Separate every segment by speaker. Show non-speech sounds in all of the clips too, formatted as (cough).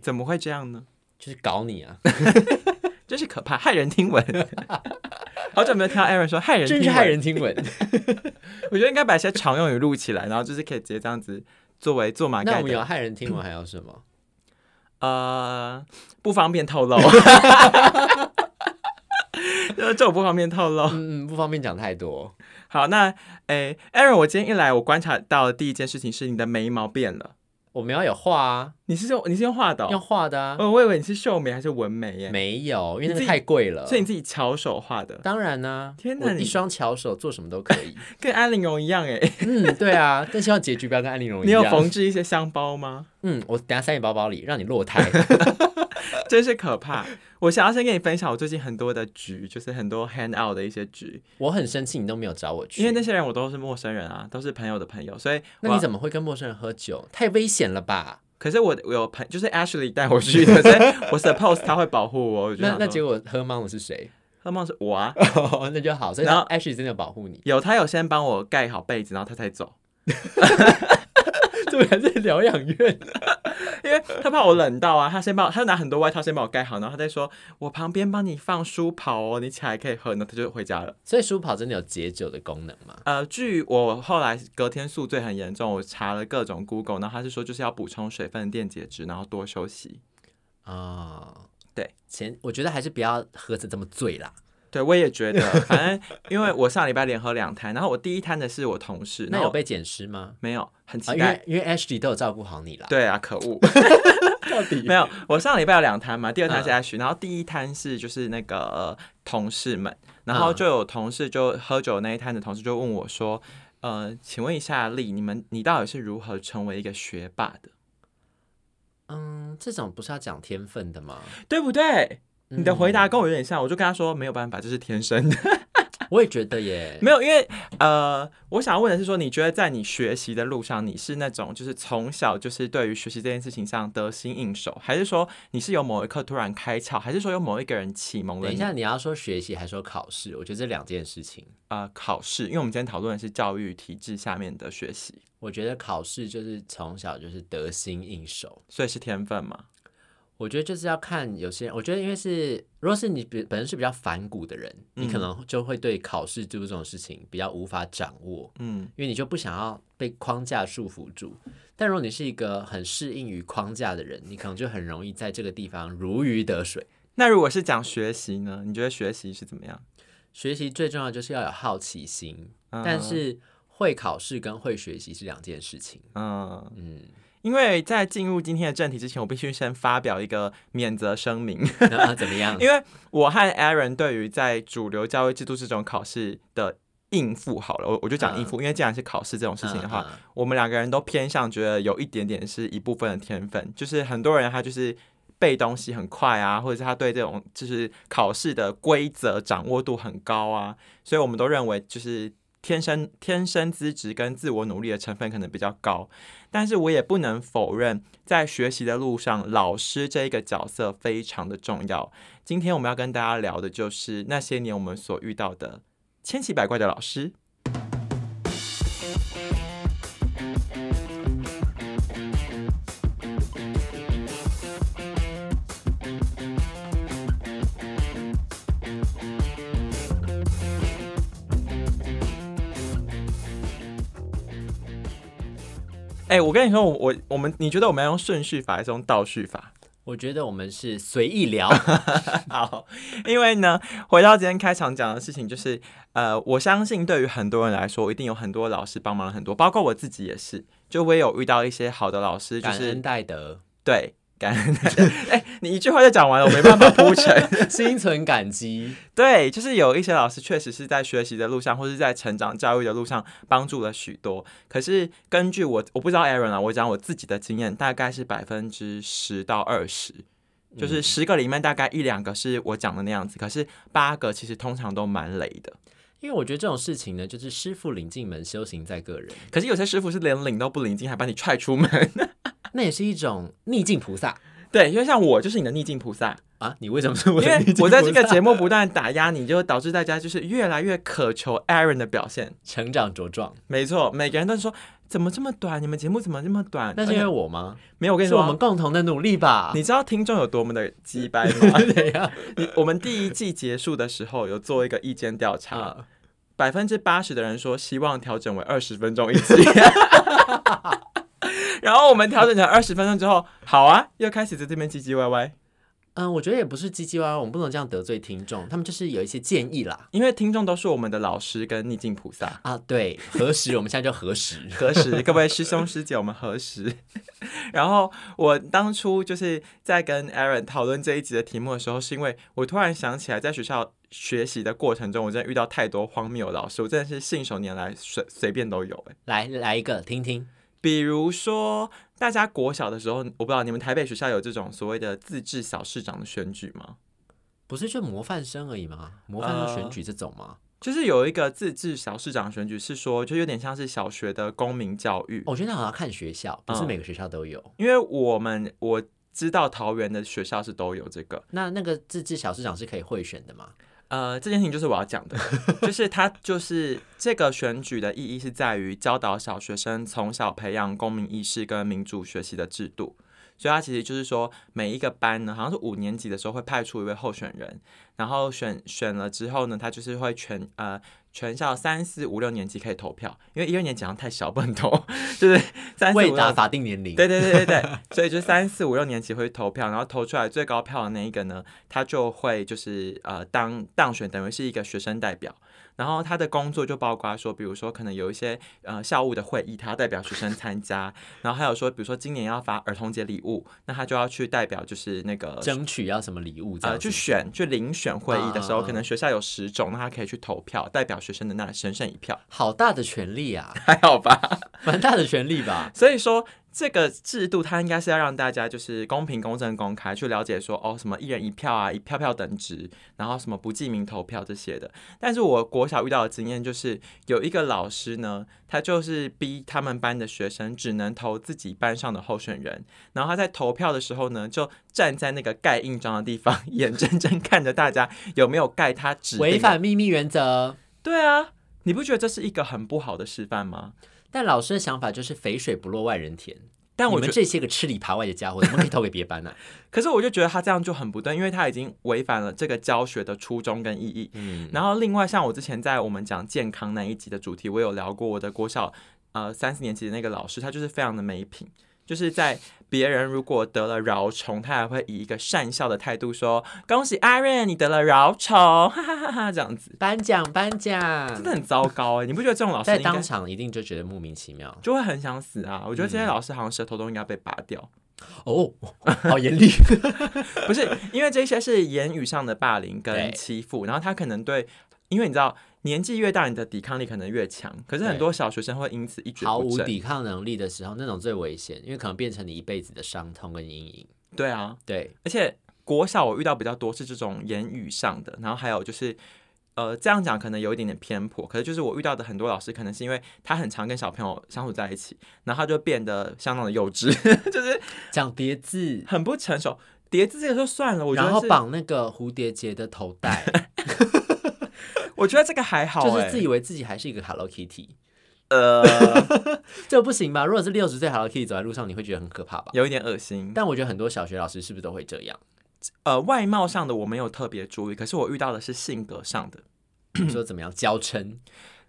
Speaker 1: 怎么会这样呢？
Speaker 2: 就是搞你啊！
Speaker 1: 真是可怕，骇人听闻。 (laughs) 好久没有听到 Aaron 说骇人，
Speaker 2: 真是骇。人 (laughs) 听闻。
Speaker 1: 我觉得应该把一些常用语录起来，然后就是可以直接这样子作为做马
Speaker 2: 那我
Speaker 1: 盖
Speaker 2: 们有啊
Speaker 1: 的。
Speaker 2: 骇人听闻还有
Speaker 1: (laughs)
Speaker 2: 什么？
Speaker 1: 呃，不方便透露。 (laughs) 呃，这我不方便透露。
Speaker 2: 嗯嗯，不方便讲太多。
Speaker 1: 好，那诶，Aaron，我今天一来，我观察到的第一件事情是你的眉毛变了。
Speaker 2: 我们要有画啊，
Speaker 1: 你是用你是用画的、
Speaker 2: 要
Speaker 1: 哦？
Speaker 2: 画的啊。
Speaker 1: 哦，我以为你是秀眉还是纹眉耶？
Speaker 2: 没有，因为
Speaker 1: 你
Speaker 2: 那
Speaker 1: 自己
Speaker 2: 个太贵了。
Speaker 1: 所以你自己巧手画的，
Speaker 2: 当然呢、
Speaker 1: 天哪
Speaker 2: 我
Speaker 1: 你
Speaker 2: 一双巧手做什么都可以。 (laughs)
Speaker 1: 跟安陵容一样哎。
Speaker 2: 嗯，对啊，但希望结局不要跟安陵容一
Speaker 1: 你
Speaker 2: 样。
Speaker 1: 有缝制一些香包吗？
Speaker 2: 嗯，我等下塞你包包里，让你
Speaker 1: (laughs)
Speaker 2: 落胎。
Speaker 1: 真是可怕！我想要先跟你分享我最近很多的局，就是很多 hand out 的一些局，
Speaker 2: 我很生气，你都没有找我去。
Speaker 1: 因为那些人我都是陌生人啊，都是朋友的朋友，所以
Speaker 2: 那你
Speaker 1: 么？
Speaker 2: 怎么会跟陌生人喝酒？太危险了吧？
Speaker 1: 可是我我有朋，就是 Ashley 带我去的，所以我 suppose 他会保护我。我就
Speaker 2: 那那结
Speaker 1: 果
Speaker 2: 果喝懵的是
Speaker 1: (laughs)
Speaker 2: 谁？ (laughs)
Speaker 1: 他梦是我啊，
Speaker 2: 那就好，所以
Speaker 1: 然
Speaker 2: 他
Speaker 1: 后
Speaker 2: Ashley 真的保护
Speaker 1: (laughs)
Speaker 2: 你。
Speaker 1: 有他有先帮我盖好被子，然后他才走，
Speaker 2: 对，
Speaker 1: 啊
Speaker 2: 还在疗养院。
Speaker 1: 因为他怕我冷到啊，他先帮我，他拿很多外套先帮我盖好，然后他再说我旁边帮你放书跑哦，你起来可以喝，然后他就回家了。
Speaker 2: 所以舒跑真的有解酒的功能吗？
Speaker 1: 呃，据我后来隔天宿醉很严重，我查了各种 Google，然后他是说就是要补充水分、电解质，然后多休息。
Speaker 2: 啊、
Speaker 1: 对，
Speaker 2: 前我觉得还是不要喝的这么醉啦。
Speaker 1: 对，我也觉得，反
Speaker 2: (laughs)
Speaker 1: 正因为我上礼拜连喝两摊，然后我第一摊的是我同事，
Speaker 2: 那
Speaker 1: 然后
Speaker 2: 有被捡尸吗？
Speaker 1: 没有？很
Speaker 2: 啊，
Speaker 1: 期
Speaker 2: 因
Speaker 1: 待。
Speaker 2: 为因为 Ashley 都有照顾好你啦。
Speaker 1: 对啊，可恶，
Speaker 2: 到底
Speaker 1: 没有。我上礼拜有两摊嘛，第二摊
Speaker 2: 嗯
Speaker 1: 是 Ash，、然后第一摊是就是那个、呃同事们，然后
Speaker 2: 嗯
Speaker 1: 就有同事就喝酒那一摊的同事就问我说，呃，请问一下丽，你们你到底是如何成为一个学霸的，
Speaker 2: 嗯，这种不是要讲天分的吗？
Speaker 1: 对不对？你的回
Speaker 2: 嗯
Speaker 1: 答跟我有点像，我就跟他说没有办法，这是天生的。
Speaker 2: (laughs) 我也觉得
Speaker 1: (laughs)
Speaker 2: 耶。
Speaker 1: 没有，因为呃，我想要问的是说，你觉得在你学习的路上，你是那种就是从小就是对于学习这件事情上得心应手，还是说你是有某一刻突然开窍，还是说有某一个人启蒙了
Speaker 2: 等一
Speaker 1: 你？
Speaker 2: 下，你要说学习还是说考试？我觉得这两件事情，
Speaker 1: 呃，考试，因为我们今天讨论的是教育体制下面的学习，
Speaker 2: 我觉得考试就是从小就是得心应手。
Speaker 1: 所以是天分嘛？
Speaker 2: 我觉得就是要看有些人，我觉得因为是，如果是你本本身是比较反骨的人，
Speaker 1: 嗯
Speaker 2: 你可能就会对考试制度这种事情比较无法掌握，
Speaker 1: 嗯，
Speaker 2: 因为你就不想要被框架束缚住。但如果你是一个很适应于框架的人，你可能就很容易在这个地方如鱼得水。
Speaker 1: 那如果是讲学习呢？你觉得学习是怎么样？
Speaker 2: 学习最重要就是要有好奇心，
Speaker 1: 嗯
Speaker 2: 但是会考试跟会学习是两件事情。
Speaker 1: 嗯，
Speaker 2: 嗯，
Speaker 1: (laughs) 因为在进入今天的正题之前，我必须先发表一个免责声明。
Speaker 2: 那啊怎么样？
Speaker 1: 因为我和 Aaron 对于在主流教育制度这种考试的应付好了，我我就讲应付，因为既然是考试这种 (laughs) 事情的话，
Speaker 2: 嗯，嗯
Speaker 1: 我们两个人都偏向觉得有一点点是一部分的天分，就是很多人他就是。背东西很快啊，或者是他对这种就是考试的规则掌握度很高啊，所以我们都认为就是天生天生资质跟自我努力的成分可能比较高。但是我也不能否认，在学习的路上，老师这一个角色非常的重要。今天我们要跟大家聊的就是那些年我们所遇到的千奇百怪的老师。哎、我跟你说，我我我们，你觉得我们要用顺序法还是用倒序
Speaker 2: (laughs)
Speaker 1: 法？
Speaker 2: 我觉得我们是随意
Speaker 1: (laughs)
Speaker 2: 聊，
Speaker 1: 好，因为呢，回到今天开场讲的事情，就是呃，我相信对于很多人来说，一定有很多老师帮忙了很多，包括我自己也是。就我也有遇到一些好的老师，就
Speaker 2: 感
Speaker 1: 是
Speaker 2: 恩戴德，
Speaker 1: 对感恩 (laughs) 戴德。哎、你一句话就讲完了，我没办法铺陈。
Speaker 2: 心存感激。
Speaker 1: 对，就是有一些老师确实是在学习的路上，或是在成长教育的路上帮助了许多。可是根据我，我不知道 Aaron 啊，我讲我自己的经验，大概是百分之十到二十，
Speaker 2: 嗯
Speaker 1: 就是十个里面大概一两个是我讲的那样子，可是八个其实通常都蛮雷的。
Speaker 2: 因为我觉得这种事情呢，就是师傅领进门，修行在个人，
Speaker 1: 可是有些师傅是连领都不领进，还把你踹出门。 (laughs)
Speaker 2: 那也是一种逆境菩萨
Speaker 1: 对，因为像我就是你的逆境菩萨，
Speaker 2: 啊！你为什么说我
Speaker 1: 因为
Speaker 2: 是逆境菩萨
Speaker 1: 我在这个节目不断打压你，就会导致大家就是越来越渴求 Aaron 的表现。
Speaker 2: 成长茁壮，
Speaker 1: 没错，每个人都说怎么这么短？你们节目怎么这么短？
Speaker 2: 那是因
Speaker 1: 而
Speaker 2: 为
Speaker 1: 且
Speaker 2: 我吗？
Speaker 1: 没有，我跟你
Speaker 2: 是
Speaker 1: 说，
Speaker 2: 我们共同的努力吧。
Speaker 1: 你知道听众有多么的鸡掰
Speaker 2: (laughs)
Speaker 1: 吗？
Speaker 2: 怎样？
Speaker 1: 你我们第一季结束的时候有做一个意见调查，
Speaker 2: 啊，
Speaker 1: 百分之八十的人说希望调整为二十分钟一集， (laughs) 然后我们调整成二十分钟之后，好啊，又开始在这边唧唧歪歪，
Speaker 2: 嗯，我觉得也不是唧唧歪歪，我们不能这样得罪听众，他们就是有一些建议啦。
Speaker 1: 因为听众都是我们的老师跟逆境菩萨。
Speaker 2: 啊，对，核实，我们现在就核实。
Speaker 1: 核实，各位师兄师姐，我们核实。 (laughs) 然后我当初就是在跟 Aaron 讨论这一集的题目的时候，是因为我突然想起来，在学校学习的过程中，我真的遇到太多荒谬的老师，我真的是信手拈来，随随便都有、欸。
Speaker 2: (laughs) 来来一个听听，
Speaker 1: 比如说，大家国小的时候，我不知道你们台北学校有这种所谓的自治小市长的选举吗？
Speaker 2: 不是就模范生而已吗？模范生选举这种吗？
Speaker 1: 就是有一个自治小市长选举，是说就有点像是小学的公民教育，
Speaker 2: 哦我觉得好像看学校，不是
Speaker 1: 嗯
Speaker 2: 每个学校都有。
Speaker 1: 因为我们我知道桃园的学校是都有这个。
Speaker 2: 那那个自治小市长是可以贿选的吗？
Speaker 1: 呃，这件事情就是我要讲的，就是它就是这个选举的意义是在于教导小学生从小培养公民意识跟民主学习的制度。所以它其实就是说，每一个班呢，好像是五年级的时候会派出一位候选人，然后选选了之后呢，他就是会全呃全校三四五六年级可以投票，因为一二年级好像太小不能投， (laughs) 就是三四五
Speaker 2: 未
Speaker 1: 六
Speaker 2: 达法定年龄，
Speaker 1: 对对对对 (laughs) 对，所以就三四五六年级会投票，然后投出来最高票的那一个呢，他就会就是呃当当选，等于是一个学生代表。然后他的工作就包括说，比如说可能有一些呃校务的会议，他要代表学生参加， (laughs) 然后还有说，比如说今年要发儿童节礼物，那他就要去代表就是那个
Speaker 2: 争取要什么礼物这
Speaker 1: 呃
Speaker 2: 样子
Speaker 1: 去选去遴选会议的时候，
Speaker 2: 啊啊啊
Speaker 1: 可能学校有十种，那他可以去投票，代表学生的那神圣一票， (laughs)
Speaker 2: 好大的权利啊， (laughs)
Speaker 1: 还好吧？
Speaker 2: 蛮大的权利 (laughs) 吧？
Speaker 1: 所以说，这个制度它应该是要让大家就是公平、公正、公开去了解说，哦，什么一人一票啊，一票票等值，然后什么不记名投票这些的。但是我国小遇到的经验就是，有一个老师呢，他就是逼他们班的学生只能投自己班上的候选人，然后他在投票的时候呢，就站在那个盖印章的地方，眼睁睁看着大家有没有盖他指定的
Speaker 2: 违。反秘密原则。
Speaker 1: 对啊，你不觉得这是一个很不好的示范吗？
Speaker 2: 但老师的想法就是肥水不落外人田，
Speaker 1: 但我觉
Speaker 2: 你们
Speaker 1: 得。
Speaker 2: 这些个吃里扒外的家伙，怎 (laughs) 么可以投给别班呢、啊
Speaker 1: 可是我就觉得他这样就很不对，因为他已经违反了这个教学的初衷跟意义。
Speaker 2: 嗯，
Speaker 1: 然后另外，像我之前在我们讲健康那一集的主题，我有聊过我的国小呃三四年级的那个老师，他就是非常的没品。就是在别人如果得了饶虫，他还会以一个善笑的态度说：“恭喜 Aaron，你得了饶虫， (laughs) 哈哈哈哈！”这样子
Speaker 2: 颁奖颁
Speaker 1: 真
Speaker 2: 奖
Speaker 1: 的，很糟糕哎、你不觉得这种老师
Speaker 2: 在
Speaker 1: 应该
Speaker 2: 当场一定就觉得莫名其妙
Speaker 1: 就会很想死啊？我觉得这些老师好像舌头都应该被拔掉。
Speaker 2: 哦， (laughs) 好严厉。
Speaker 1: (laughs) 不是，因为这些是言语上的霸凌跟
Speaker 2: 对
Speaker 1: 欺负，然后他可能对，因为你知道，年纪越大，你的抵抗力可能越强，可是很多小学生会因此一蹶
Speaker 2: 毫
Speaker 1: 不
Speaker 2: 无
Speaker 1: 振。
Speaker 2: 抵抗能力的时候，那种最危险，因为可能变成你一辈子的伤痛跟阴影。
Speaker 1: 对啊，
Speaker 2: 对，
Speaker 1: 而且国小我遇到比较多是这种言语上的，然后还有就是。呃，这样讲可能有一点点偏颇，可是就是我遇到的很多老师，可能是因为他很常跟小朋友相处在一起，然后他就变得相当的幼稚， (laughs) 就是
Speaker 2: 讲叠字，
Speaker 1: 很不成熟。叠字这个就算了，我觉
Speaker 2: 然后
Speaker 1: 得是，
Speaker 2: 绑那个蝴蝶结的头带，
Speaker 1: 我觉得这个还好、欸，
Speaker 2: (laughs) 就是自以为自己还是一个 Hello Kitty，
Speaker 1: 呃
Speaker 2: 这不行吧？如果是六十岁 Hello Kitty 走在路上，你会觉得很可怕吧？
Speaker 1: 有一点恶心。
Speaker 2: 但我觉得很多小学老师是不是都会这 (clears throat) 样？
Speaker 1: 呃，外貌上的我没有特别注意，可是我遇到的是性格上的，
Speaker 2: 说怎么样娇嗔？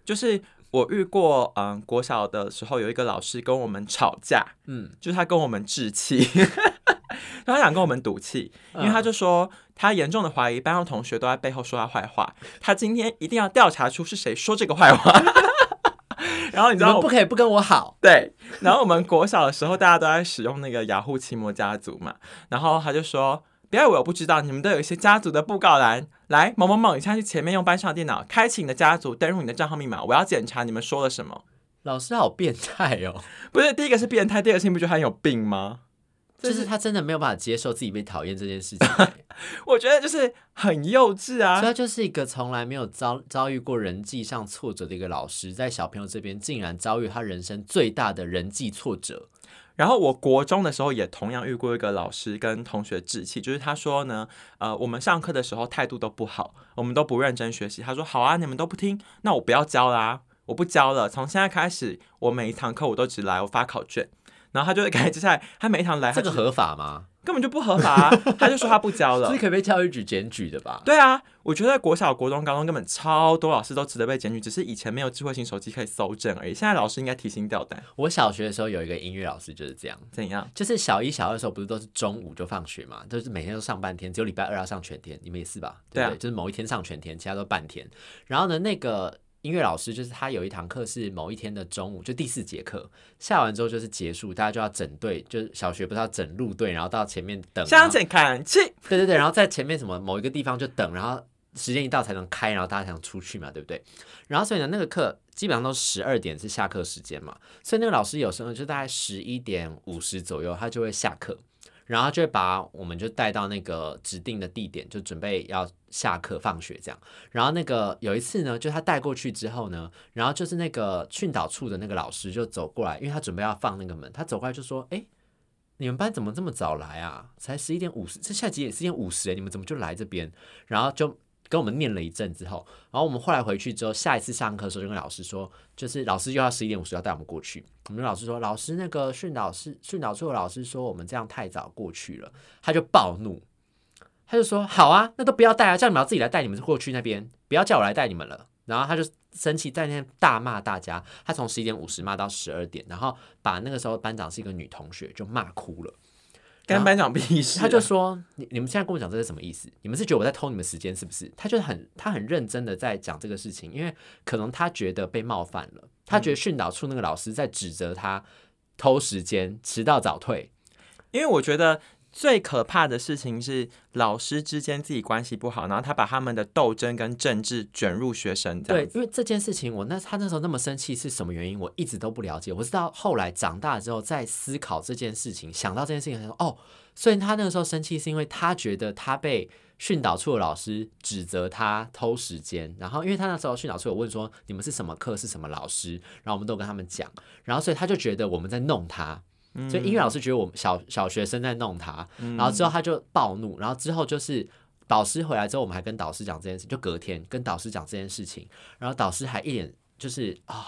Speaker 1: 就是我遇过，嗯、国小的时候有一个老师跟我们吵架，
Speaker 2: 嗯，
Speaker 1: 就是他跟我们置气， (laughs) 他想跟我们赌气，因为他
Speaker 2: 嗯
Speaker 1: 就说他严重的怀疑班上同学都在背后说他坏话，他今天一定要调查出是谁说这个坏话。 (laughs) 然后你
Speaker 2: 你
Speaker 1: 知道
Speaker 2: 们
Speaker 1: 我
Speaker 2: 不可以不跟我
Speaker 1: (laughs)
Speaker 2: 好。
Speaker 1: 对，然后我们国小的时候，大家都在使用那个雅虎奇摩家族嘛，然后他就说：“不要以为我不知道，你们都有一些家族的布告栏。来，某某某，你现在去前面用班上的电脑开启你的家族，登入你的账号密码，我要检查你们说了什么。
Speaker 2: 老师好变态
Speaker 1: (laughs)
Speaker 2: 哦，”
Speaker 1: 不是，第一个是变态，第二个是你不觉得他很有病吗？
Speaker 2: 就
Speaker 1: 这
Speaker 2: 是
Speaker 1: 是
Speaker 2: 他真的没有办法接受自己被讨厌这件事
Speaker 1: (laughs)
Speaker 2: 情欸、
Speaker 1: 我觉得就是很幼稚
Speaker 2: 所以
Speaker 1: 啊。
Speaker 2: 他就是一个从来没有遭遭遇过人际上挫折的一个老师，在小朋友这边竟然遭遇他人生最大的人际挫折。
Speaker 1: 然后我国中的时候也同样遇过一个老师跟同学置气，就是他说呢，呃，我们上课的时候态度都不好，我们都不认真学习。他说：“好啊，你们都不听，那我不要教啦、我不教了，从现在开始，我每一堂课我都只来，我发考卷。然后他就会改，接下来他每一堂哎来，他
Speaker 2: 这
Speaker 1: 就
Speaker 2: 个合法吗？
Speaker 1: 根本就不合法、
Speaker 2: (laughs)
Speaker 1: 啊，他就说他不教了
Speaker 2: 这。可以被教育局检举的吧？
Speaker 1: 对啊，我觉得国小、国中、高中根本超多老师都值得被检举，只是以前没有智慧型手机可以搜证而已。现在老师应该提心吊胆，
Speaker 2: 我小学的时候有一个音乐老师就是这样，
Speaker 1: 怎样？
Speaker 2: 就是小一、小二的时候不是都是中午就放学嘛，就是每天都上半天，只有礼拜二要上全天，你们也是吧？
Speaker 1: 对啊
Speaker 2: 不对？就是某一天上全天，其他都半天。然后呢，那个音乐老师就是他有一堂课是某一天的中午，就第四节课下完之后就是结束，大家就要整队，就是小学不是要整路队，然后到前面等啊，
Speaker 1: 向前看齐，
Speaker 2: 对对对，然后在前面什么某一个地方就等，然后时间一到才能开，然后大家才能出去嘛，对不对？然后所以呢，那个课基本上都十二点是下课时间嘛，所以那个老师有时候就大概十一点五十左右，他就会下课，然后他就会把我们就带到那个指定的地点，就准备要下课放学这样。然后那个有一次呢，就他带过去之后呢，然后就是那个训导处的那个老师就走过来，因为他准备要放那个门，他走过来就说：“哎。”你们班怎么这么早来啊？才十一点五十，这下几点？十一点五十，欸你们怎么就来这边？然后就跟我们念了一阵之后，然后我们后来回去之后，下一次上课的时候就跟老师说，就是老师又要十一点五十要带我们过去。我们就老师说，老师那个训导室训导处的老师说我们这样太早过去了，他就暴怒，他就说好啊，那都不要带啊，叫你们要自己来带你们过去那边，不要叫我来带你们了。然后他就生气，在那边大骂大家。他从十一点五十骂到十二点，然后把那个时候班长是一个女同学就骂哭了。
Speaker 1: 干班长屁事啊、
Speaker 2: 他就说：“你你们现在跟我讲这是什么意思？你们是觉得我在偷你们时间是不是？”他就很他很认真的在讲这个事情，因为可能他觉得被冒犯了，他觉得训导处那个老师在指责他偷时间、迟到早退。
Speaker 1: 因为我觉得最可怕的事情是老师之间自己关系不好，然后他把他们的斗争跟政治卷入学生这样
Speaker 2: 对
Speaker 1: 子。，
Speaker 2: 因为这件事情，我那他那时候那么生气是什么原因，我一直都不了解。我是到后来长大之后在思考这件事情，想到这件事情，才说哦，所以他那个时候生气是因为他觉得他被训导处的老师指责他偷时间，然后因为他那时候训导处有问说你们是什么课是什么老师，然后我们都有跟他们讲，然后所以他就觉得我们在弄他。所以音乐老
Speaker 1: 嗯
Speaker 2: 师觉得我们小小学生在弄他，然后之后他就暴怒，然后之后就是导师回来之后，我们还跟导师讲这件事，就隔天跟导师讲这件事情，然后导师还一脸就是啊、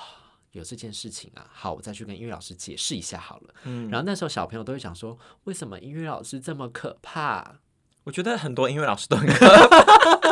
Speaker 2: 有这件事情啊，好，我再去跟音乐老师解释一下好了。
Speaker 1: 嗯
Speaker 2: 然后那时候小朋友都会想说，为什么音乐老师这么可怕？
Speaker 1: 我觉得很多音乐老师都很可怕， (laughs)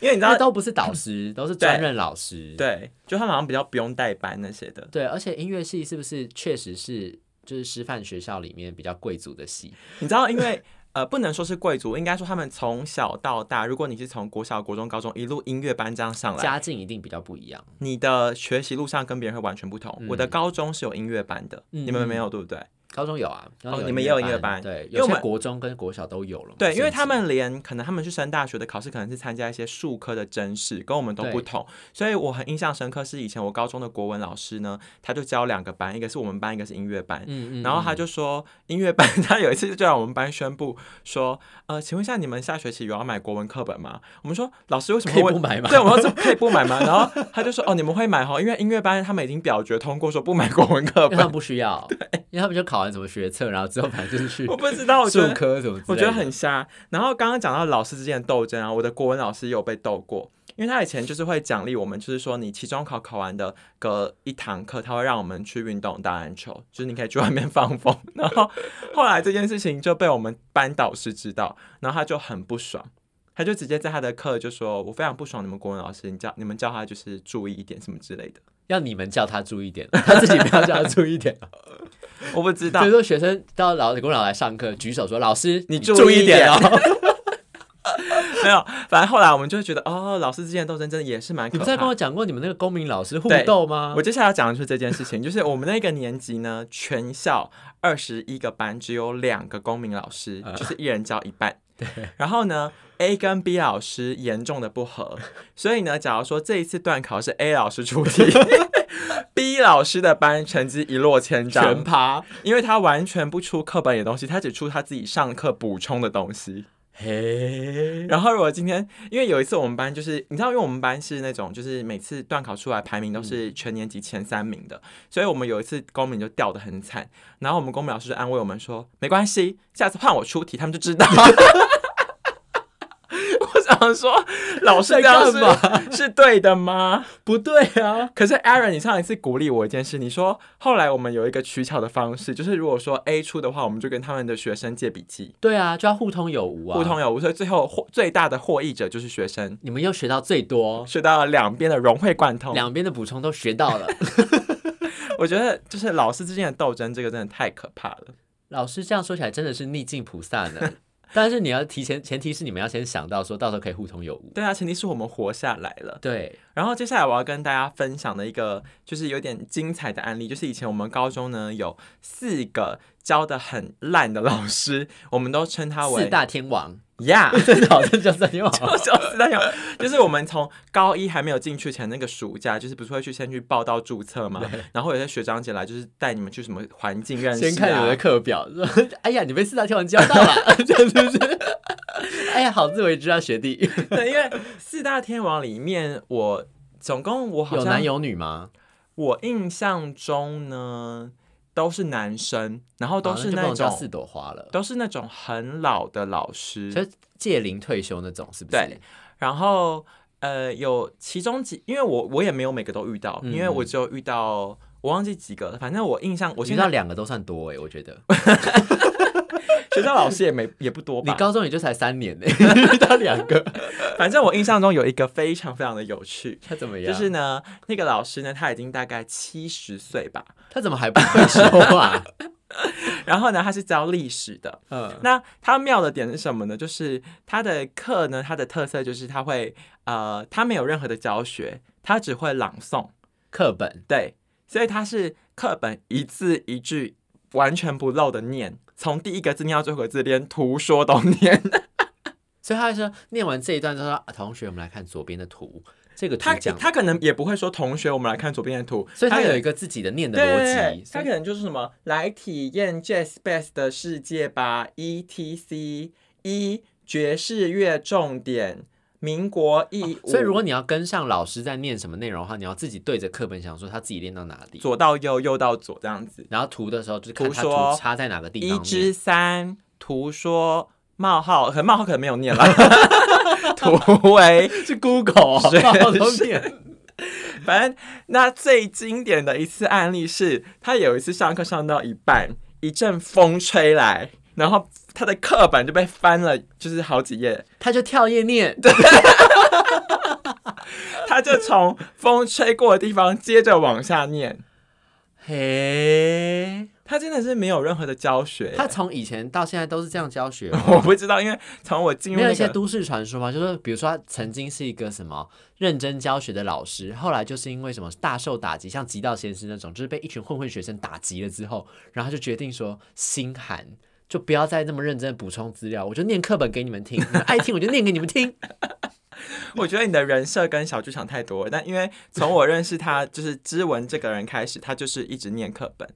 Speaker 1: 因为你知
Speaker 2: 因
Speaker 1: 道
Speaker 2: (laughs) 为，都不是导师，都是专任老师。
Speaker 1: 对，就他们好像比较不用代班那些的。
Speaker 2: 对，而且音乐系是不是确实是就是师范学校里面比较贵族的系？
Speaker 1: 你知道，因为呃，不能说是贵族，应该说他们从小到大，如果你是从国小、国中、高中一路音乐班这样上来，
Speaker 2: 家境一定比较不一样。
Speaker 1: 你的学习路上跟别人会完全不同。我的高中是有音乐班的，
Speaker 2: 嗯
Speaker 1: 你们没有对不对？
Speaker 2: 高中有啊，高中
Speaker 1: 哦你们也有音乐班
Speaker 2: 对，
Speaker 1: 因为
Speaker 2: 有
Speaker 1: 我
Speaker 2: 些
Speaker 1: 们
Speaker 2: 国中跟国小都有了嘛。
Speaker 1: 对，因为
Speaker 2: 甚至
Speaker 1: 他们连可能他们去升大学的考试，可能是参加一些术科的甄试，跟我们都不
Speaker 2: 对
Speaker 1: 同，所以我很印象深刻。是以前我高中的国文老师呢，他就教两个班，一个是我们班，一个是音乐班。
Speaker 2: 嗯嗯，
Speaker 1: 然后
Speaker 2: (laughs)
Speaker 1: 他
Speaker 2: 嗯
Speaker 1: 就说，音乐班 (laughs) 他有一次就让我们班宣布说，呃，请问一下你们下学期有要买国文课本吗？我们说老师为什么
Speaker 2: 可以
Speaker 1: 会问
Speaker 2: 不买吗？
Speaker 1: 对，我们说可以不买吗？然后他就说哦，你们会买哈，因为音乐班他们已经表决通过说不买国文课
Speaker 2: 因为他
Speaker 1: 本
Speaker 2: 们。不需
Speaker 1: (laughs)
Speaker 2: 要，因为他们就考完什么学测，然后之后反正就是去
Speaker 1: 我不知道，我觉
Speaker 2: 数
Speaker 1: 得
Speaker 2: 科什么之类的
Speaker 1: 我觉得很瞎。然后刚刚讲到老师之间的斗争啊，我的国文老师也有被斗过，因为他以前就是会奖励我们，就是说你期中考考完的隔一堂课，他会让我们去运动打篮球，就是你可以去外面 (laughs) 放风。然后后来这件事情就被我们班导师知道，然后他就很不爽。他就直接在他的课就说：“我非常不爽你们国文老师，你叫你们叫他就是注意一点什么之类的。 (laughs)
Speaker 2: 要你们叫他注意点， (laughs) 他自己不要叫他注意 (laughs) 点。”
Speaker 1: 我不知道
Speaker 2: 所以，说学生到老李工老来上课，举手说老师
Speaker 1: 你注
Speaker 2: 注
Speaker 1: 意
Speaker 2: 意
Speaker 1: 一点
Speaker 2: 哦， (laughs)
Speaker 1: 没有。反正后来我们就会觉得，哦，老师之间的斗争真的也是蛮可
Speaker 2: 你
Speaker 1: 怕
Speaker 2: 不
Speaker 1: 的。
Speaker 2: (laughs) 是跟我讲过你们那个公民老师互
Speaker 1: 对
Speaker 2: 动吗
Speaker 1: 我？接下来要讲的就是这件事情， (laughs) 就是我们那个年级呢，全校二十一个班，只有两个公民老师，就是一人教一半。然后呢，A 跟 B 老师严重的不合，所以呢，假如说这一次段考是 A 老师出题 (laughs) ，B 老师的班成绩一落千
Speaker 2: 全
Speaker 1: 丈，
Speaker 2: 趴，
Speaker 1: 因为他完全不出课本里的东西，他只出他自己上课补充的东西。(laughs)
Speaker 2: 嘿，
Speaker 1: 然后如果今天，因为有一次我们班就是，你知道，因为我们班是那种就是每次段考出来排
Speaker 2: 嗯
Speaker 1: 名都是全年级前三名的，所以我们有一次公民就掉的很惨，然后我们公民老师就安慰我们 (laughs) 说，没关系，下次换我出题，他们就知道。我想想说，老师这样
Speaker 2: 在干
Speaker 1: 是是对的吗？
Speaker 2: 不对啊，
Speaker 1: 可是 Aaron，你上一次鼓励我一件事，你说后来我们有一个取巧的方式，就是如果说 A 出的话，我们就跟他们的学生借笔记，
Speaker 2: 对啊，就要互通有无啊，
Speaker 1: 互通有无，所以最后获最大的获益者就是学生，
Speaker 2: 你们又学到最多，
Speaker 1: 学到了两边的融会贯通。
Speaker 2: 两边的补充都学到 (laughs) 了。
Speaker 1: 我觉得就是老师之间的斗争，这个真的太可怕了。
Speaker 2: 老师这样说起来真的是逆境菩萨呢，但是你要提前，前提是你们要先想到说到时候可以互通有无。
Speaker 1: 对啊，前提是我们活下来了。
Speaker 2: 对，
Speaker 1: 然后接下来我要跟大家分享的一个就是有点精彩的案例，就是以前我们高中呢有四个教的很烂的老师，我们都称他
Speaker 2: 四
Speaker 1: 为
Speaker 2: 大天 (laughs) 王，
Speaker 1: 呀。
Speaker 2: 真的好，这叫四大天王。
Speaker 1: 我就是那样，就是我们从高一还没有进去前那个暑假，就是不是会去先去报到注册嘛？然后有些学长姐来，就是带你们去什么环境认识、啊，
Speaker 2: 先看你们的课表，说：“哎呀，你被四大天王教
Speaker 1: (laughs)
Speaker 2: 到了，这样是不是？”哎呀，好自为之啊，学弟。
Speaker 1: 对，因为四大天王里面，我总共 (laughs) 我好
Speaker 2: 有
Speaker 1: 像
Speaker 2: 男有女吗？
Speaker 1: 我印象中呢都是男生，然后都
Speaker 2: 啊
Speaker 1: 是
Speaker 2: 就不
Speaker 1: 那
Speaker 2: 能叫
Speaker 1: 种、
Speaker 2: 四朵花了，
Speaker 1: 都是那种很老的老
Speaker 2: 就
Speaker 1: 师，
Speaker 2: 是届龄退休那种，是不
Speaker 1: 对
Speaker 2: 是？
Speaker 1: 然后呃有其中几，因为我我也没有每个都遇到，因为
Speaker 2: 嗯
Speaker 1: 我只有遇到。我忘记几个了，反正我印象，我
Speaker 2: 我
Speaker 1: 现
Speaker 2: 遇
Speaker 1: 在
Speaker 2: 到两个都算多哎、
Speaker 1: (laughs)
Speaker 2: 我觉得
Speaker 1: 学校老师也没也不多
Speaker 2: 你
Speaker 1: 吧。
Speaker 2: 高中也就才三年呢、
Speaker 1: (laughs)
Speaker 2: 欸遇到两个，
Speaker 1: 反正我印象中有一个非常非常的有趣，
Speaker 2: 他怎么样？
Speaker 1: 就是呢，那个老师呢，他已经大概七十岁吧，
Speaker 2: 他怎么还不会说
Speaker 1: (laughs)
Speaker 2: 话？
Speaker 1: 然后呢，他是教历史的，
Speaker 2: 嗯，
Speaker 1: 那它妙的点是什么呢？就是它的课呢，它的特色就是它会呃，它没有任何的教学，它只会朗诵，
Speaker 2: 课本
Speaker 1: 对，所以它是课本一字一句完全不漏的念，从第一个字念到最后一个字，连图说都 (laughs) 念。
Speaker 2: 所以他说念完这一段之后，啊同学，我们来看左边的图，这个图
Speaker 1: 他
Speaker 2: 讲，
Speaker 1: 他可能也不会说同学，我们来看左边的图，
Speaker 2: 所以他
Speaker 1: 它
Speaker 2: 有一个自己的念的逻
Speaker 1: 对
Speaker 2: 辑，，所
Speaker 1: 他
Speaker 2: 以
Speaker 1: 可能就是什么来体验 Jazz Bass 的世界吧，E T C 一爵士乐重点，民国一五、
Speaker 2: 哦所以如果你要跟上老师在念什么内容的话，你要自己对着课本想说他自己念到哪里，
Speaker 1: 左到右，右到左这样子。
Speaker 2: 然后图的时候就是看他
Speaker 1: 图说
Speaker 2: 图插在哪个地
Speaker 1: 一
Speaker 2: 方
Speaker 1: 之
Speaker 2: 念。
Speaker 1: 三，图说冒号，可能冒号可能没有
Speaker 2: (laughs)
Speaker 1: 念了，图为，
Speaker 2: 是 Google 啊
Speaker 1: (laughs) 哦好多
Speaker 2: 念。
Speaker 1: 反正那最经典的一次案例是，他有一次上课上到一半，一阵风吹来，然后他的课本就被翻了，就是好几页，
Speaker 2: 他就跳页念，
Speaker 1: 他就从风吹过的地方接着往下念，
Speaker 2: 嘿，
Speaker 1: 他真的是没有任何的教学。。
Speaker 2: 他从以前到现在都是这样教学哦
Speaker 1: 我不知道，因为从我进入
Speaker 2: 没有
Speaker 1: 那
Speaker 2: 一些
Speaker 1: 个，
Speaker 2: 都市传说吗？就是比如说，他曾经是一个什么认真教学的老师，后来就是因为什么大受打击，像极道先生那种，就是被一群混混学生打击了之后，然后他就决定说心寒，就不要再那么认真地补充资料，我就念课本给你们听，你们爱听我就念给你
Speaker 1: (laughs)
Speaker 2: 们听。
Speaker 1: 我觉得你的人设跟小剧场太多了。但因为从我认识他，就是知文这个人开始，他就是一直念课本。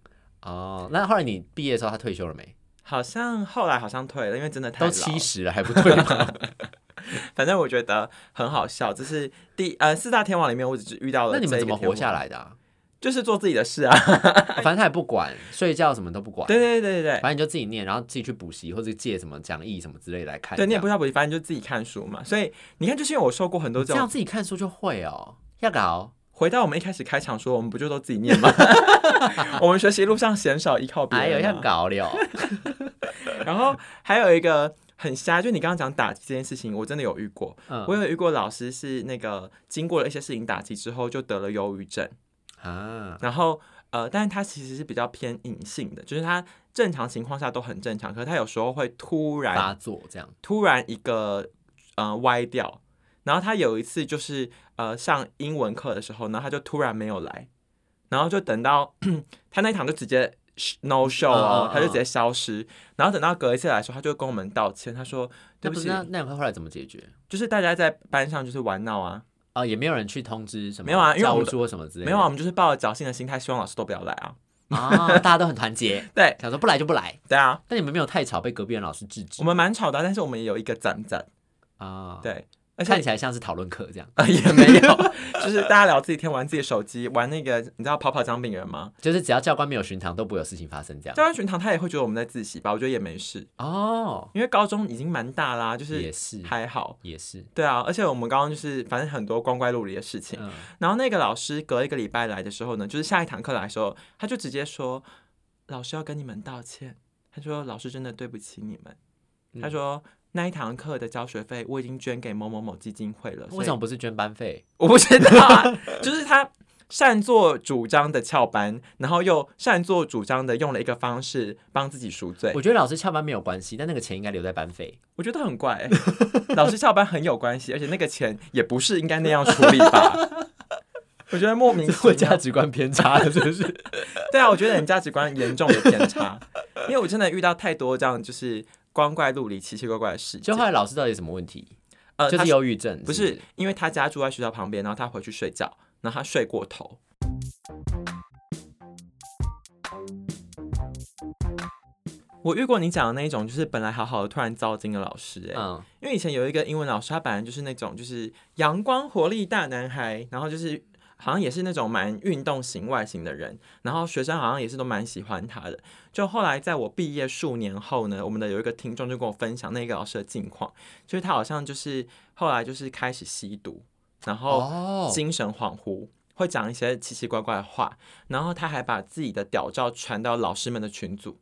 Speaker 2: 哦，那后来你毕业的时候，他退休了没？
Speaker 1: 好像后来好像退了，因为真的太
Speaker 2: 都
Speaker 1: 老
Speaker 2: 七十了还不
Speaker 1: (laughs)
Speaker 2: 退吗？
Speaker 1: 反正我觉得很好笑，这是第呃四大天王里面，我只是遇到了
Speaker 2: 那你们怎么活下
Speaker 1: 来？
Speaker 2: 来的、哦啊？
Speaker 1: 就是做自己的事啊。
Speaker 2: 反正他也不管，睡觉什么都不管，
Speaker 1: (laughs) 对对对对对。
Speaker 2: 反正你就自己念，然后自己去补习或者借什么讲义什么之类来看。
Speaker 1: 对，你也
Speaker 2: 这
Speaker 1: 不
Speaker 2: 样
Speaker 1: 需要补习，反正就自己看书嘛。所以你看，就是因为我受过很多这
Speaker 2: 这样
Speaker 1: 种。
Speaker 2: 自己看书就会哦，要搞。
Speaker 1: 回到我们一开始开场说，我们不就都自己念吗？ (laughs) 我们学习路上鲜少依靠别
Speaker 2: 哎呦，
Speaker 1: 人、
Speaker 2: 要
Speaker 1: 啊。(laughs)
Speaker 2: 搞了！
Speaker 1: 然后还有一个很瞎，就你刚刚讲打击这件事情，我真的有遇过。
Speaker 2: 嗯
Speaker 1: 我有遇过老师是那个经过了一些事情打击之后，就得了忧郁症。
Speaker 2: 啊，
Speaker 1: 然后呃，但是他其实是比较偏隐性的，就是他正常情况下都很正常，可是他有时候会突然
Speaker 2: 发作这样，
Speaker 1: 突然一个呃歪掉。然后他有一次就是呃上英文课的时候，然后他就突然没有来，然后就等到 (clears throat) 他那一堂就直接 no show 哦
Speaker 2: 嗯嗯嗯，
Speaker 1: 他就直接消失。然后等到隔一次来的时候，他就跟我们道歉，他说对
Speaker 2: 那
Speaker 1: 不
Speaker 2: 不是
Speaker 1: 起，
Speaker 2: 那那你后来怎么解决？
Speaker 1: 就是大家在班上就是玩闹啊，
Speaker 2: 哦，也没有人去通知什么，
Speaker 1: 没有啊因为我
Speaker 2: 教
Speaker 1: 们
Speaker 2: 务处或什么之类
Speaker 1: 没
Speaker 2: 的， (laughs)
Speaker 1: 有啊，我们就是抱着侥幸的心态，希望老师都不要来啊。
Speaker 2: 啊，大家都很团结，
Speaker 1: 对
Speaker 2: 想说不来就不来。
Speaker 1: 对啊，
Speaker 2: 但你们没有太吵，被隔壁人老师制止
Speaker 1: 我们蛮吵的，但是我们也有一个赞赞。
Speaker 2: 啊？
Speaker 1: 对，而
Speaker 2: 看
Speaker 1: 且
Speaker 2: 起来像是讨论课
Speaker 1: (laughs)
Speaker 2: 这样，
Speaker 1: 呃 (laughs) 也没有，就是大家聊自己天，玩自己手机，玩那个你知道跑跑姜饼人吗？
Speaker 2: 就是只要教官没有巡堂，都不会有事情发生这样。
Speaker 1: 教官巡堂他也会觉得我们在自习吧，我觉得也没事，
Speaker 2: 哦，
Speaker 1: 因为高中已经蛮大啦，就
Speaker 2: 也
Speaker 1: 是
Speaker 2: 是，
Speaker 1: 还好。
Speaker 2: 也是，
Speaker 1: 对啊，而且我们刚刚就是反正很多光怪陆离的事情。
Speaker 2: 嗯，
Speaker 1: 然后那个老师隔一个礼拜来的时候呢，就是下一堂课来的时候，他就直接说：“老师要跟你们道歉。”他说：“老师真的对不起你们。
Speaker 2: 嗯
Speaker 1: 他说：“那一堂课的交学费我已经捐给某某某基金会了。”
Speaker 2: 为什么？不是捐班费？
Speaker 1: 我不知道、啊， (laughs) 就是他擅作主张的翘班，然后又擅作主张的用了一个方式帮自己赎罪。
Speaker 2: 我
Speaker 1: 我
Speaker 2: 觉得老师翘班没有关系，但那个钱应该留在班
Speaker 1: (laughs)
Speaker 2: 费。
Speaker 1: 我觉得很怪、欸，老师翘班很有关系，而且那个钱也不是应该那样处理吧。
Speaker 2: (laughs)
Speaker 1: 我觉得莫名
Speaker 2: 这
Speaker 1: 其
Speaker 2: (laughs) 我价
Speaker 1: 妙，
Speaker 2: 值观偏差了，是不是？
Speaker 1: 对啊，我觉得你价值观严重的偏差，因为我真的遇到太多这样就是光怪陆离、奇奇怪怪的事
Speaker 2: 就
Speaker 1: 情。
Speaker 2: 后来老师到底有什么问题？
Speaker 1: 呃
Speaker 2: 就
Speaker 1: 他
Speaker 2: 是忧郁症，
Speaker 1: 不是因为他家住在学校旁边，然后他回去睡觉，然后他睡过头。我遇过你讲的那一种，就是本来好好的突然糟心的老师、欸，
Speaker 2: 嗯，
Speaker 1: 因为以前有一个英文老师，他本来就是那种就是阳光活力大男孩，然后就是好像也是那种蛮运动型外形的人，然后学生好像也是都蛮喜欢他的。就后来在我毕业数年后呢，我们的有一个听众就跟我分享那个老师的近况，就是他好像就是后来就是开始吸毒，然后
Speaker 2: 哦，
Speaker 1: 精神恍惚。会讲一些奇奇怪怪的话，然后他还把自己的屌照传到老师们的群组，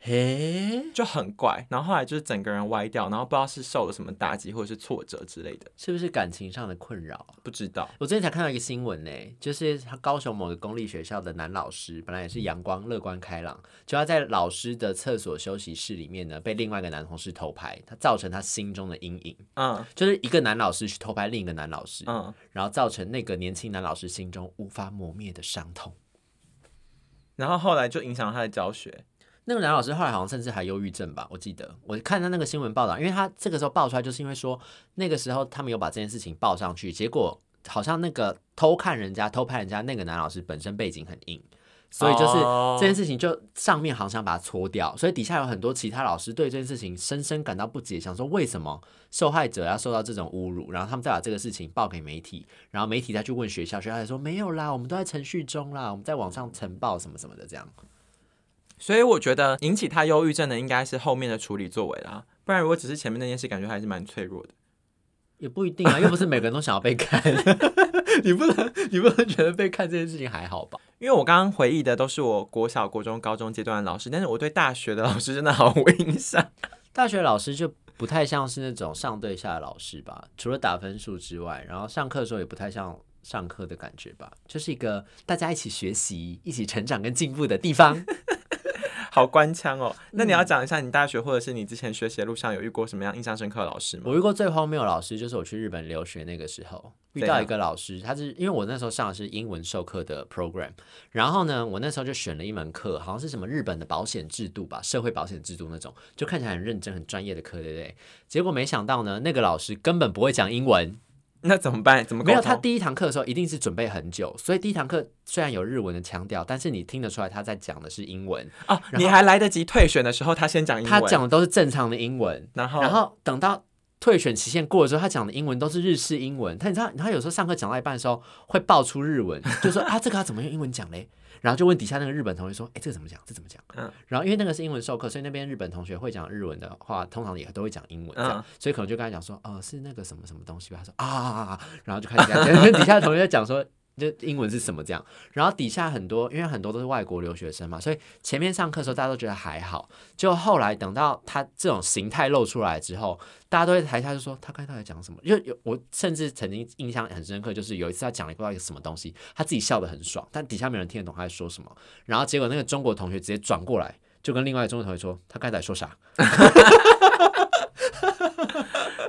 Speaker 2: 嘿，
Speaker 1: 就很怪，然后后来就是整个人歪掉，然后不知道是受了什么打击或者是挫折之类的，
Speaker 2: 是不是感情上的困扰啊？
Speaker 1: 不知道。
Speaker 2: 我之前才看到一个新闻呢、就是他高雄某个公立学校的男老师，本来也是阳光、乐观、开朗，就他在老师的厕所休息室里面呢，被另外一个男同事偷拍，他造成他心中的阴影，
Speaker 1: 嗯
Speaker 2: 就是一个男老师去偷拍另一个男老师，
Speaker 1: 嗯，
Speaker 2: 然后造成那个年轻男老师心中无法磨灭的伤痛。
Speaker 1: 然后后来就影响他的教学。
Speaker 2: 那个男老师后来好像甚至还忧郁症吧，我记得我看他那个新闻报道，因为他这个时候爆出来，就是因为说那个时候他们有把这件事情报上去，结果好像那个偷看人家、偷拍人家那个男老师本身背景很硬，所以就是
Speaker 1: 哦
Speaker 2: 这件事情就上面好像想把它搓掉，所以底下有很多其他老师对这件事情深深感到不解，想说为什么受害者要受到这种侮辱，然后他们再把这个事情报给媒体，然后媒体再去问学校，学校才说没有啦，我们都在程序中啦，我们在网上呈报什么什么的这样。
Speaker 1: 所以我觉得引起他忧郁症的应该是后面的处理作为啦，不然如果只是前面那件事，感觉还是蛮脆弱的。
Speaker 2: 也不一定啊，又不是每个人都想要被看。 (laughs) 你不能，你不能觉得被看这件事情还好吧？
Speaker 1: 因为我刚刚回忆的都是我国小、国中、高中阶段的老师，但是我对大学的老师真的毫无印象。 (laughs)
Speaker 2: 大学老师就不太像是那种上对下的老师吧，除了打分数之外，然后上课的时候也不太像上课的感觉吧，就是一个大家一起学习、一起成长跟进步的地方。
Speaker 1: 好官腔哦。
Speaker 2: 嗯
Speaker 1: 那你要讲一下你大学或者是你之前学习的路上有遇过什么样印象深刻的老师吗？
Speaker 2: 我遇过最荒谬的老师，就是我去日本留学那个时候，遇
Speaker 1: 怎
Speaker 2: 到
Speaker 1: 样
Speaker 2: 一个老师，他是因为我那时候上的是英文授课的 program，然后呢，我那时候就选了一门课，好像是什么日本的保险制度吧，社会保险制度那种，就看起来很认真、很专业的课，对不对？结果没想到呢，那个老师根本不会讲英文，
Speaker 1: 那怎么办？怎么沟
Speaker 2: 没
Speaker 1: 通
Speaker 2: 有，他第一堂课的时候一定是准备很久，所以第一堂课虽然有日文的腔调，但是你听得出来他在讲的是英文，
Speaker 1: 啊，你还来得及退选的时候，他先讲英文，
Speaker 2: 他讲的都是正常的英文。
Speaker 1: 然后
Speaker 2: 然后等到退选期限过了之后，他讲的英文都是日式英文。他你知道，他有时候上课讲到一半的时候会爆出日文，就说啊，这个要怎么用英文讲嘞？然后就问底下那个日本同学说，哎，这个怎么讲？这怎么讲？
Speaker 1: 嗯
Speaker 2: 然后因为那个是英文授课，所以那边日本同学会讲日文的话，通常也都会讲英文，这样
Speaker 1: 嗯
Speaker 2: 所以可能就跟他讲说，哦，是那个什么什么东西吧。他说啊啊啊啊，然后就开始讲，跟底下的同学在讲说。就英文是什么这样，然后底下很多，因为很多都是外国留学生嘛，所以前面上课的时候大家都觉得还好，就后来等到他这种形态露出来之后，大家都在台下就说他刚才到底讲什么？因为有我甚至曾经印象很深刻，就是有一次他讲了不知道一个什么东西，他自己笑得很爽，但底下没有人听得懂他在说什么。然后结果那个中国同学直接转过来，就跟另外一个中国同学说他刚才在说啥？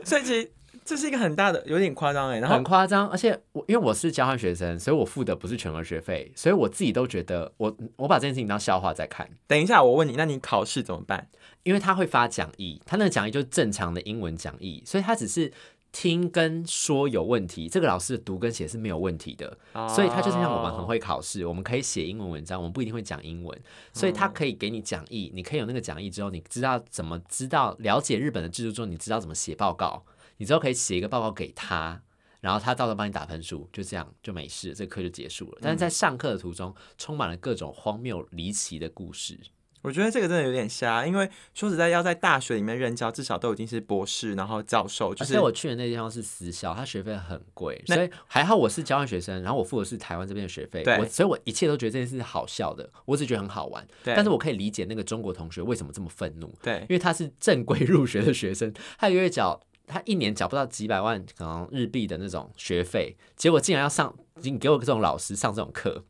Speaker 1: 所以其实这是一个很大的，有点夸张哎。然
Speaker 2: 很
Speaker 1: 后
Speaker 2: 夸张，而且我因为我是交换学生，所以我付的不是全额学费，所以我自己都觉得我我把这件事情当笑话在看。
Speaker 1: 等一下，我问你，那你考试怎么办？
Speaker 2: 因为他会发讲义，他那个讲义就是正常的英文讲义，所以他只是听跟说有问题。这个老师的读跟写是没有问题的，所以他就是让我
Speaker 1: 哦
Speaker 2: 们很会考试，我们可以写英文文章，我们不一定会讲英文，所以他
Speaker 1: 嗯
Speaker 2: 可以给你讲义，你可以有那个讲义之后，你知道怎么知道了解日本的制度之后，你知道怎么写报告。你之后可以写一个报告给他，然后他到时候帮你打分数，就这样就没事，这个课就结束了。但是
Speaker 1: 嗯
Speaker 2: 在上课的途中，充满了各种荒谬离奇的故事。
Speaker 1: 我觉得这个真的有点瞎，因为说实在，要在大学里面任教，至少都已经是博士，然后教授，就
Speaker 2: 而
Speaker 1: 是
Speaker 2: 且我去的那地方是私校，它学费很贵，
Speaker 1: 那
Speaker 2: 所以还好我是交换学生，然后我付的是台湾这边的学费，
Speaker 1: 对
Speaker 2: 我所以我一切都觉得这件事是好笑的，我只觉得很好玩，
Speaker 1: 对
Speaker 2: 但是我可以理解那个中国同学为什么这么愤怒，
Speaker 1: 对
Speaker 2: 因为他是正规入学的学生，他一个月缴他一年缴不到几百万可能日币的那种学费，结果竟然要上，你给我这种老师上这种课，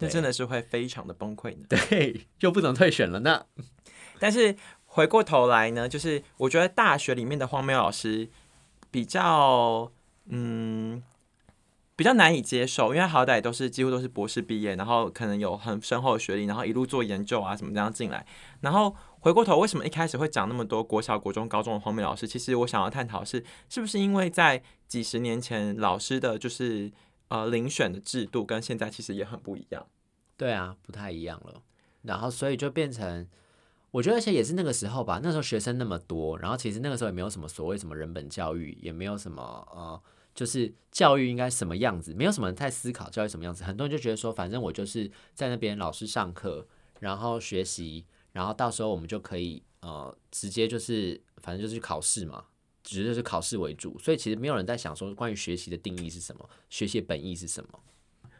Speaker 1: 那
Speaker 2: 对
Speaker 1: 真的是会非常的崩溃的。
Speaker 2: 对，又不能退选了那。
Speaker 1: 但是回过头来呢，就是我觉得大学里面的荒谬老师比较，嗯，比较难以接受，因为好歹都是几乎都是博士毕业，然后可能有很深厚的学历，然后一路做研究啊什么这样进来。然后回过头，为什么一开始会讲那么多国小、国中、高中的荒谬老师？其实我想要探讨是，是不是因为在几十年前老师的就是呃遴选的制度跟现在其实也很不一样。
Speaker 2: 对啊，不太一样了。然后所以就变成，我觉得而且也是那个时候吧，那时候学生那么多，然后其实那个时候也没有什么所谓什么人本教育，也没有什么呃，就是教育应该什么样子，没有什么人在思考教育什么样子。很多人就觉得说，反正我就是在那边老师上课，然后学习，然后到时候我们就可以呃，直接就是反正就是去考试嘛。只是就是考试为主，所以其实没有人在想说关于学习的定义是什么，学习的本意是什么。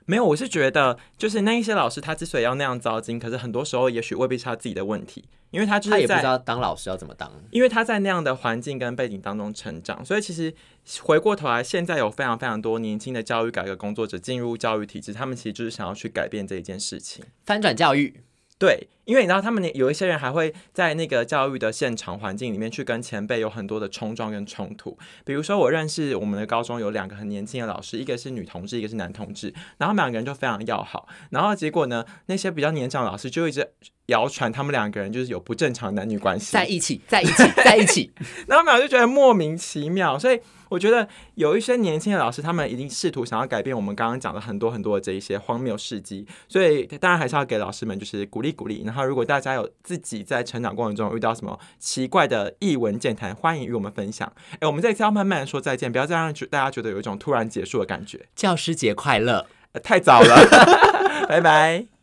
Speaker 1: 没有，我是觉得就是那一些老师，他之所以要那样糟心，可是很多时候也许未必是他自己的问题，因为他就
Speaker 2: 他也
Speaker 1: 是
Speaker 2: 不知
Speaker 1: 在，
Speaker 2: 道当老师要怎么当。
Speaker 1: 因为他在那样的环境跟背景当中成长，所以其实回过头来，现在有非常非常多年轻的教育改革工作者进入教育体制，他们其实就是想要去改变这一件事情。
Speaker 2: 翻转教育，
Speaker 1: 对，因为你知道，他们有一些人还会在那个教育的现场环境里面去跟前辈有很多的冲撞跟冲突。比如说，我认识我们的高中有两个很年轻的老师，一个是女同志，一个是男同志，然后他们两个人就非常要好。然后结果呢，那些比较年长的老师就一直谣传他们两个人就是有不正常的男女关系，
Speaker 2: 在一起，在一起，在一起。 (laughs)
Speaker 1: 然后我们俩就觉得莫名其妙，所以我觉得有一些年轻的老师，他们一定试图想要改变我们刚刚讲的很多很多的这一些荒谬事迹，所以当然还是要给老师们就是鼓励鼓励。然后如果大家有自己在成长过程中遇到什么奇怪的译文健谈，欢迎与我们分享。哎，我们这次要慢慢地说再见，不要再让觉大家觉得有一种突然结束的感觉，
Speaker 2: 教师节快乐！
Speaker 1: 呃太早了，拜拜。 (laughs)